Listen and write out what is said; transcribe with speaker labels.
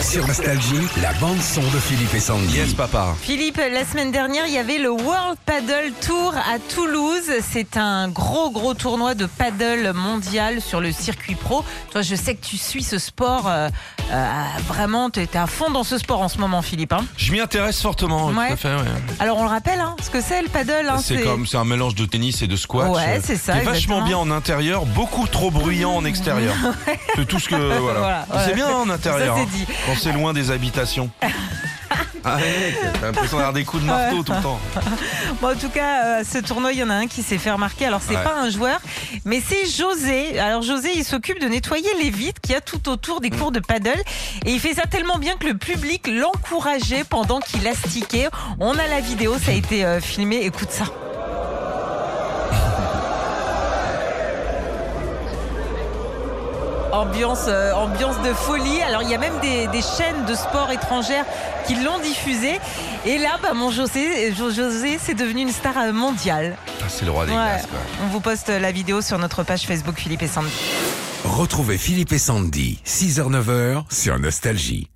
Speaker 1: Sur Nostalgie, la bande-son de Philippe et Sandy.
Speaker 2: Yes, papa.
Speaker 3: Philippe, la semaine dernière, il y avait le World Paddle Tour à Toulouse. C'est un gros, gros tournoi de paddle mondial sur le circuit pro. Toi, je sais que tu suis ce sport. euh, euh, vraiment, tu es à fond dans ce sport en ce moment, Philippe. hein.
Speaker 2: Je m'y intéresse fortement.
Speaker 3: Ouais.
Speaker 2: tout à fait, ouais.
Speaker 3: Alors, on le rappelle, hein, ce que c'est le paddle. hein,
Speaker 2: C'est comme c'est un mélange de tennis et de squash.
Speaker 3: Ouais,
Speaker 2: euh,
Speaker 3: c'est ça,
Speaker 2: qui est vachement
Speaker 3: exactement.
Speaker 2: bien en intérieur, beaucoup trop bruyant en extérieur. C'est tout ce que voilà.
Speaker 3: Voilà,
Speaker 2: C'est
Speaker 3: ouais.
Speaker 2: bien hein, en intérieur.
Speaker 3: Ça, c'est
Speaker 2: hein,
Speaker 3: dit.
Speaker 2: quand c'est loin des habitations. Ah ouais, t'as l'impression d'avoir des coups de marteau tout le temps.
Speaker 3: Bon, en tout cas, euh, ce tournoi, il y en a un qui s'est fait remarquer. Alors, c'est
Speaker 2: Ouais.
Speaker 3: pas un joueur, mais c'est José. Alors, José, il s'occupe de nettoyer les vitres qu'il y a tout autour des cours de paddle. Et il fait ça tellement bien que le public l'encourageait pendant qu'il astiquait. On a la vidéo, ça a été euh, filmé. Écoute ça. Ambiance, euh, ambiance de folie. Alors il y a même des, des chaînes de sport étrangères qui l'ont diffusé. Et là, bah, mon José, Jo- José, c'est devenu une star euh, mondiale.
Speaker 2: Ah, c'est le roi des
Speaker 3: Ouais.
Speaker 2: glaces. quoi.
Speaker 3: On vous poste la vidéo sur notre page Facebook Philippe et Sandy.
Speaker 1: Retrouvez Philippe et Sandy, 6h-9h, sur Nostalgie.